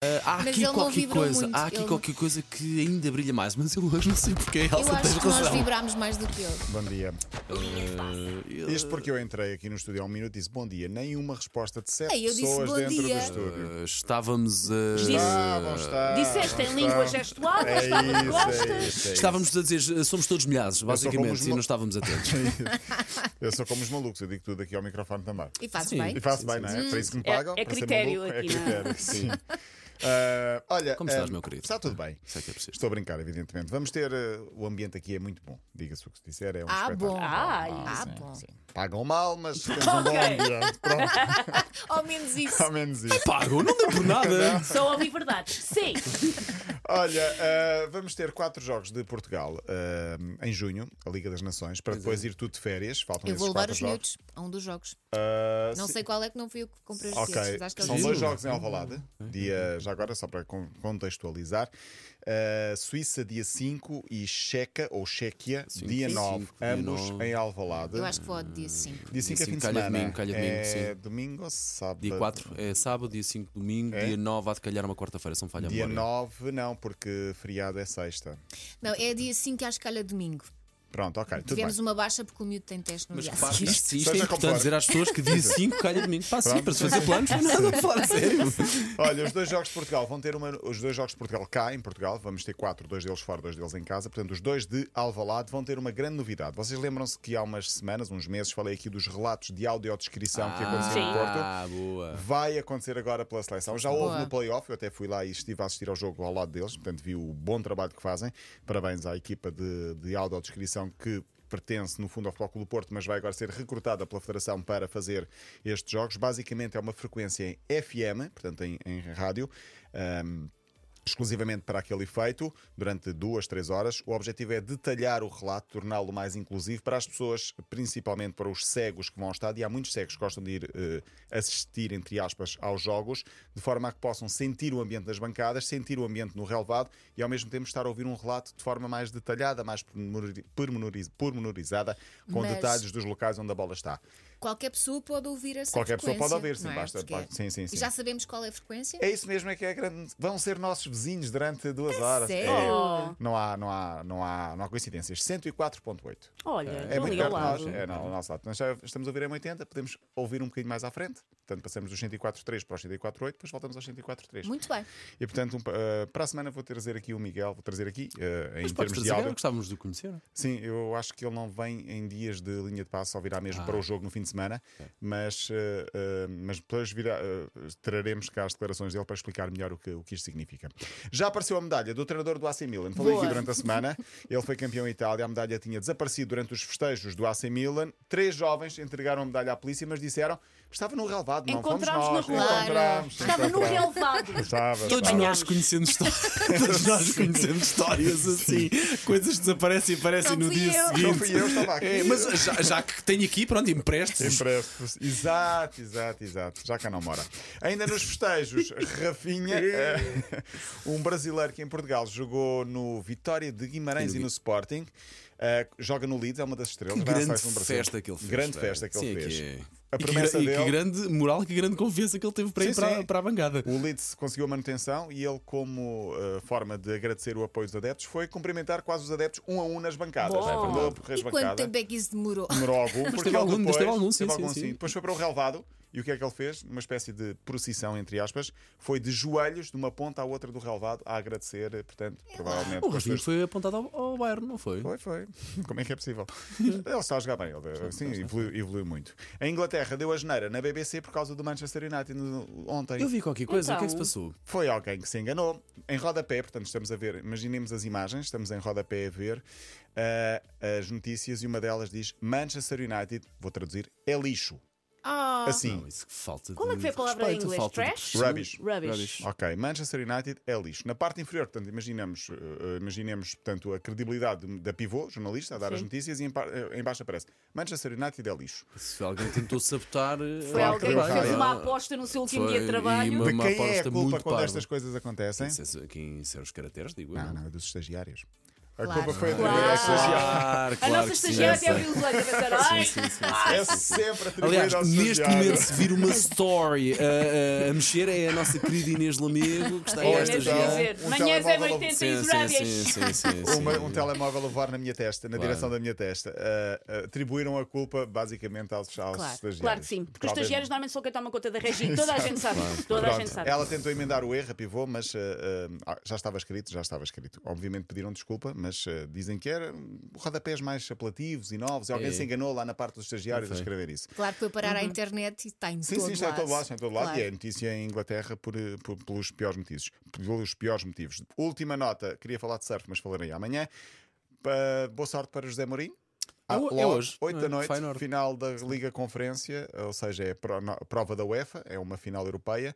Ah, há Mas aqui ele não qualquer vibrou coisa, muito, há aqui ele- qualquer coisa que ainda brilha mais, mas eu hoje não sei porque é Elsa Eu tens acho que nós razão. vibrámos mais do que ele. Bom dia. Ah, eu- Isto porque eu entrei aqui no estúdio há um minuto e disse bom dia. Nenhuma resposta de sete Ei, eu disse pessoas bom dentro dia. do estúdio. Ah, ah, estávamos a. Estavam, estavam, Disseste em estavam. língua gestual, É mas também isso, gostas. é isso, é isso. Estávamos a dizer, ah, somos todos milhares, como basicamente, os e não É mo- estávamos atentos. Eu sou como os malucos, eu digo tudo aqui ao microfone também. E faz Sim. bem. E faço bem, não é? Para isso que me É- pagam. é para ser critério maluco, aqui, É não é? critério, sim. Ah, olha, Como estás, ah, meu querido? Está tudo bem. Sei que é preciso. Estou a brincar, evidentemente. Vamos ter. ah, o ambiente aqui é muito bom. Diga-se o que se disser. É um Ah, espetáculo. bom. Ai. Ah, Sim, bom. sim. Pagam mal, mas temos um bom Ok. ambiente. Pronto, Ao menos isso. ao menos isso. Pago, não dá por nada. Só ouvi verdades. Sim. Olha, eh, vamos ter quatro jogos de Portugal eh, em junho, a Liga das Nações, para depois é. ir tudo de férias. Faltam Eu esses vou levar quatro os jogos. miúdos a um dos jogos. Eh, Não se- sei qual é que não fui eu que comprei os bilhetes, Ok, mas acho que é são eles- dois jogos em Alvalade, dia, já agora, só para con- contextualizar. Eh, Suíça, dia 5 e Checa ou Chequia, dia sim. 9. Cinco, dia ambos nove. em Alvalade. Eu acho que vou ao dia 5. Dia 5 é cinco, fim de calha semana. domingo, calha é domingo, domingo ou sábado? Dia 4 é sábado, dia 5 domingo, dia 9 há de calhar uma quarta-feira, se não falha a É? Dia memória. 9, não, porque feriado é sexta. Não, é dia 5 que acho que calha domingo. Pronto, ok, tudo bem. Tivemos uma baixa porque o miúdo tem teste no Mas dia repara, a seguir. isto, isto é Seja como importante for. dizer às pessoas que dia 5 calha domingo. Pá, sim, para se fazer planos, não é nada, falar a sério. Olha, os dois jogos de Portugal vão ter uma, os dois jogos de Portugal cá em Portugal, vamos ter quatro, dois deles fora, dois deles em casa. Portanto, os dois de Alvalade vão ter uma grande novidade. Vocês lembram-se que há umas semanas, uns meses, falei aqui dos relatos de audiodescrição que aconteceu no sim. Porto. Ah, boa. Vai acontecer agora pela seleção. Já houve Boa. no playoff, eu até fui lá e estive a assistir ao jogo ao lado deles, portanto vi o bom trabalho que fazem. Parabéns à equipa de, de audiodescrição que pertence no fundo ao Futebol Clube do Porto, mas vai agora ser recrutada pela Federação para fazer estes jogos. Basicamente é uma frequência em FM, portanto em, em rádio. ahm, exclusivamente para aquele efeito, durante duas, três horas. O objetivo é detalhar o relato, torná-lo mais inclusivo para as pessoas, principalmente para os cegos que vão ao estádio. E há muitos cegos que gostam de ir eh, assistir, entre aspas, aos jogos, de forma a que possam sentir o ambiente nas bancadas, sentir o ambiente no relevado e ao mesmo tempo estar a ouvir um relato de forma mais detalhada, mais pormenori- pormenoriz- pormenorizada, com Mas- detalhes dos locais onde a bola está. Qualquer pessoa pode ouvir essa Qualquer pessoa frequência. pode ouvir, sim, não é? basta- Porque pode- sim, sim, sim. E já sabemos qual é a frequência? É isso mesmo, é que é grande. Vão ser nossos vizinhos durante duas horas. sério? É. Oh. Não há, não há, não há, não há coincidências. 104.8. Olha, É estou muito ali ao perto de nós. lado. É, não, ao nosso lado. Nós já estamos a ouvir em 80, podemos ouvir um bocadinho mais à frente. Portanto, passamos dos 104.3 para os 104.8, depois voltamos aos 104.3. Muito bem. E portanto, um, eh, para a semana vou trazer aqui o Miguel, vou trazer aqui eh, em Mas podes termos de trazer, agora áudio. gostávamos de o conhecer. Sim, eu acho que ele não vem em dias de linha de passo, só virá mesmo para o jogo no fim de semana, mas, eh, eh, mas depois virá, eh, traremos cá as declarações dele para explicar melhor o que, o que isto significa. Já apareceu a medalha do treinador do AC Milan, falei aqui Boa. durante a semana, ele foi campeão em Itália, a medalha tinha desaparecido durante os festejos do AC Milan, três jovens entregaram a medalha à polícia, mas disseram estava no relvado, não fomos nós, Encontramos na rua. encontramos, Estava no encontramos. relevado. Estava, Todos estava. nós conhecemos histórias. Todos nós conhecemos histórias assim. Coisas que desaparecem e aparecem Não no fui dia eu. seguinte. Não fui eu, estava aqui. É, mas já, já que tenho aqui, pronto, emprestes. Impressos. Exato, exato, exato. Já cá não mora. Ainda nos festejos, Rafinha, eh, um brasileiro que em Portugal jogou no Vitória de Guimarães e no Sporting, eh, joga no Leeds, é uma das estrelas. Que vai à grande seleção do Brasil. festa que ele fez. um Grande pá. festa que Sim, ele é fez. é. A e que, promessa gra- e que dele- grande moral, que grande confiança que ele teve para ir Sim, para, sim. para a bancada. O Leeds conseguiu a manutenção e ele, como eh, forma de agradecer o apoio dos adeptos, foi cumprimentar quase os adeptos um a um nas bancadas. Bom. Andou a percorrer as E quanto bancadas. tempo é que isso demorou? demorou algum, porque teve ele algum, mas depois, teve algum, sim, sim, sim. Depois foi para o relvado e o que é que ele fez? Uma espécie de procissão, entre aspas, foi de joelhos de uma ponta à outra do relvado a agradecer, eh, portanto, provavelmente. Ah, O com as Rafinha suas- foi apontado ao, ao Bayern, não foi? Foi, foi. Como é que é possível? Ele está a jogar bem, ele sim, evoluiu, evoluiu muito. A Inglaterra deu a geneira na BBC por causa do Manchester United no- ontem. Eu vi qualquer coisa, o que é que se Então. passou? Foi alguém que se enganou em rodapé, portanto estamos a ver, imaginemos as imagens, estamos em rodapé a ver ah, as notícias e uma delas diz Manchester United, vou traduzir, é lixo. Ah, Assim, Não, isso que falta Qual é que de foi a palavra em respeito, inglês? falta de Trash? perfil. Rubbish. Rubbish. ok, Manchester United é lixo. Na parte inferior, portanto, imaginemos, eh, imaginemos portanto, a credibilidade da pivô, jornalista, a dar as notícias e em, par- eh, em baixo aparece Manchester United é lixo. Se alguém tentou sabotar. eh, Foi Claro alguém que que fez foi. uma aposta no seu último dia Foi, de e trabalho. uma- De uma quem é a aposta culpa muito quando parva. estas coisas acontecem? Quem ser os caracteres, digo eu. Não, não, é dos estagiários. A Claro. culpa foi Claro. atribuída à estagiária. Claro, A claro nossa que sim, estagiária é eu até sei. abriu os olhos a pensar, Sim, ai, sim, sim, É sim, sim, sim. sempre atribuída Aliás, ao neste estagiário. momento, se vir uma story a, a- a mexer, é a nossa querida Inês Lamego, que está aí eu a Olha, nem sei estagiar. dizer. Um Manhãs é telemóvel- 80 e Sim, os sim, rádios. sim, sim, sim, sim. Uma- um telemóvel a voar na minha testa, na direção da minha testa. Ah, ah, atribuíram a culpa basicamente aos, aos Claro. estagiários. Claro que sim, Por porque os causa- estagiários normalmente só quem toma conta da regia. Toda a gente sabe. Toda a gente Pronto, sabe. Ela tentou emendar o erro, pivô, mas ah, ah, já estava escrito, já estava escrito. Obviamente pediram desculpa, mas ah, dizem que era hum, rodapés mais apelativos e novos. E alguém É. se enganou lá na parte dos estagiários a Foi. escrever isso. Claro que foi parar à internet e está em Sim, todo sim, está em lado. todo lado, está em todo lado. Claro. E é notícia em Inglaterra por, eh, por- pelos piores motivos. Pelos piores motivos. Última nota, queria falar de surf, mas falarei amanhã. Pa- boa sorte para José Mourinho. Ah, É ho- é logo, hoje, 8 não é? da noite, Feyenoord. final da Liga Conferência, ou seja, é pro- no- prova da UEFA, é uma final europeia.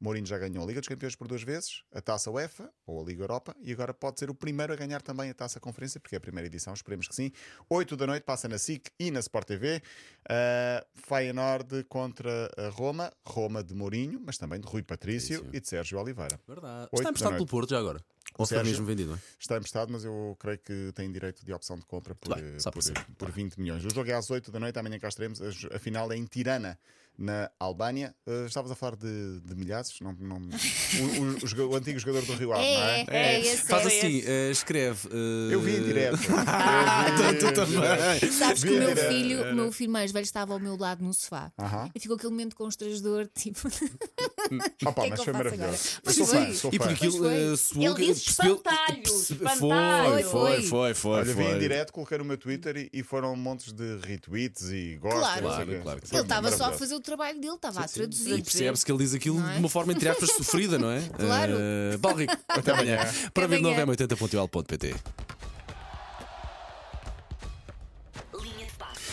Mourinho já ganhou a Liga dos Campeões por duas vezes, a Taça UEFA ou a Liga Europa, e agora pode ser o primeiro a ganhar também a Taça Conferência, porque é a primeira edição, esperemos que sim. 8 da noite passa na SIC e na Sport TV. Uh, Feyenoord contra a Roma, Roma de Mourinho, mas também de Rui Patrício, Patrício. e de Sérgio Oliveira. Verdade. Oito Está da emprestado noite. pelo Porto já agora. Ou está Sérgio? mesmo vendido, não é? Está emprestado, mas eu creio que tem direito de opção de compra por, Bem, eh, só por, por eh, ser. por 20 milhões. O jogo é às 8 da noite, amanhã cá estaremos. A jo- A final é em Tirana, na Albânia. Eh, estavas a falar de, de milhares? Não, não- o, o- o joga- o antigo jogador do Rio Ave, não É, é? é, é esse. Faz é esse. assim, eh, escreve. eh, Eu vi em direto. Eu vi- Tu também. Sabes que Vi o meu direto. filho, o meu filho mais velho estava ao meu lado no sofá. Aham. E ficou aquele momento constrangedor, tipo, Opa, que é mas que eu foi faço maravilhoso. agora? Eu Mas sou fã, foi. sou E fã. porque aquilo Pois foi. eh, suou Ele que- disse percebeu- espantalho, perce- espantalho. Foi, foi, foi, foi. Olha, vi foi. em direto, coloquei no meu Twitter e, e foram montes de retweets e gostos. Claro. não sei o Claro, quê. claro. Foi ele estava só a maravilhoso. fazer o trabalho dele, estava a E traduzir. percebe-se que ele diz aquilo é Não é? de uma forma, entre aspas, sofrida, não é? Claro. Eh, Paulo Rico, até amanhã. Para ver amanhã. novo é 80.pt